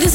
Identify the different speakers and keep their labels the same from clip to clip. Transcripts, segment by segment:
Speaker 1: this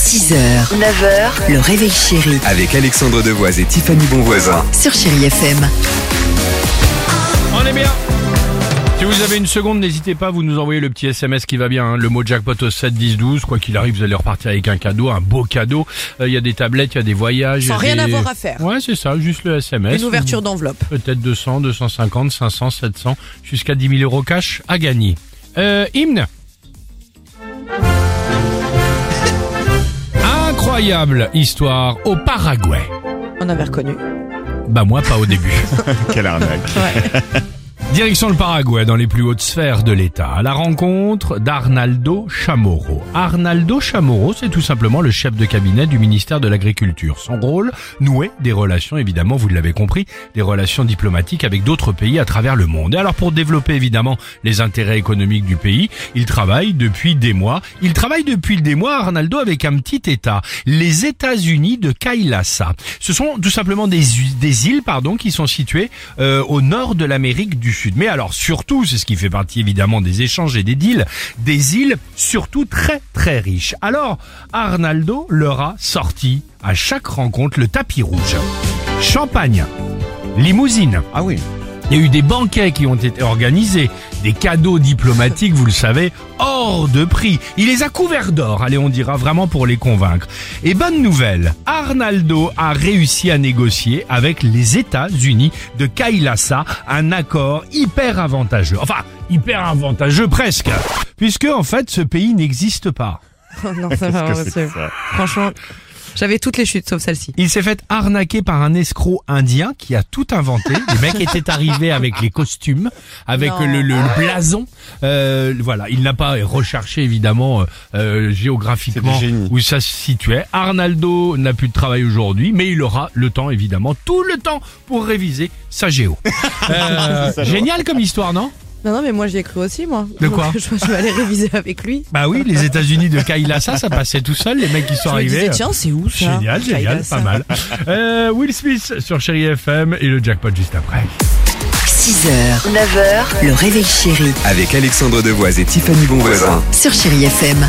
Speaker 2: 6h, 9h, le réveil chéri
Speaker 3: avec Alexandre Devoise et Tiffany Bonvoisin.
Speaker 2: sur Chérie FM.
Speaker 4: On est bien si vous avez une seconde, n'hésitez pas, vous nous envoyez le petit SMS qui va bien, hein, le mot jackpot au 7 10 12, quoi qu'il arrive, vous allez repartir avec un cadeau, un beau cadeau. Euh, Il y a des tablettes, il y a des voyages. il y a
Speaker 5: Sans rien
Speaker 4: des-
Speaker 5: avoir à faire.
Speaker 4: Ouais, c'est ça, juste le SMS.
Speaker 5: Une ouverture d'enveloppe.
Speaker 4: Peut-être 200, 250, 500, 700, jusqu'à 10 000 euros cash à gagner. Euh, hymne. Incroyable histoire au Paraguay.
Speaker 5: On avait reconnu.
Speaker 4: Bah moi pas au début.
Speaker 6: Quelle arnaque.
Speaker 4: Direction le Paraguay, dans les plus hautes sphères de l'État, à la rencontre d'Arnaldo Chamorro. Arnaldo Chamorro, c'est tout simplement le chef de cabinet du ministère de l'Agriculture. Son rôle, nouer des relations, évidemment, vous l'avez compris, des relations diplomatiques avec d'autres pays à travers le monde. Et alors, pour développer, évidemment, les intérêts économiques du pays, il travaille depuis des mois. Il travaille depuis des mois, Arnaldo, avec un petit État, les États-Unis de Kailasa. Ce sont tout simplement des, u- des îles, pardon, qui sont situées euh, au nord de l'Amérique du Sud. Mais alors surtout, c'est ce qui fait partie évidemment des échanges et des deals, des îles surtout très très riches. Alors Arnaldo leur a sorti à chaque rencontre le tapis rouge. Champagne, limousine,
Speaker 6: Ah oui.
Speaker 4: il y a eu des banquets qui ont été organisés, des cadeaux diplomatiques, vous le savez, hors de prix. Il les a couverts d'or, allez, on dira vraiment pour les convaincre. Et bonne nouvelle, Arnaldo a réussi à négocier avec les États-Unis de Kailasa un accord hyper avantageux. Enfin, hyper avantageux presque, puisque en fait ce pays n'existe pas.
Speaker 5: non, c'est
Speaker 6: Qu'est-ce
Speaker 5: pas
Speaker 6: que c'est
Speaker 5: possible.
Speaker 6: que ça
Speaker 5: Franchement, j'avais toutes les chutes sauf celle-ci.
Speaker 4: Il s'est fait arnaquer par un escroc indien qui a tout inventé. Les mecs étaient arrivés avec les costumes, avec
Speaker 5: Non.
Speaker 4: le, le- le blason. Euh, voilà, il n'a pas recherché évidemment euh, euh, géographiquement
Speaker 6: C'est du génie.
Speaker 4: où ça se situait. Arnaldo n'a plus de travail aujourd'hui, mais il aura le temps évidemment, tout le temps pour réviser sa géo. Euh,
Speaker 6: Ça, je
Speaker 4: génial comme histoire, non
Speaker 5: Non, non, mais moi j'y ai cru aussi, moi.
Speaker 4: De quoi
Speaker 5: je, je vais aller réviser avec lui.
Speaker 4: Bah oui, les États-Unis de Kailasa, ça passait tout seul. Les mecs qui sont
Speaker 5: Je me
Speaker 4: arrivés. euh,
Speaker 5: disais, tiens, c'est où ça
Speaker 4: Génial, génial,
Speaker 5: Kailasa.
Speaker 4: pas mal. Euh, Will Smith sur Chéri FM et le jackpot juste après.
Speaker 2: 6h, 9h, le réveil chéri
Speaker 3: Avec Alexandre Devoise et Tiffany Bonvoisin.
Speaker 2: sur Chérie FM.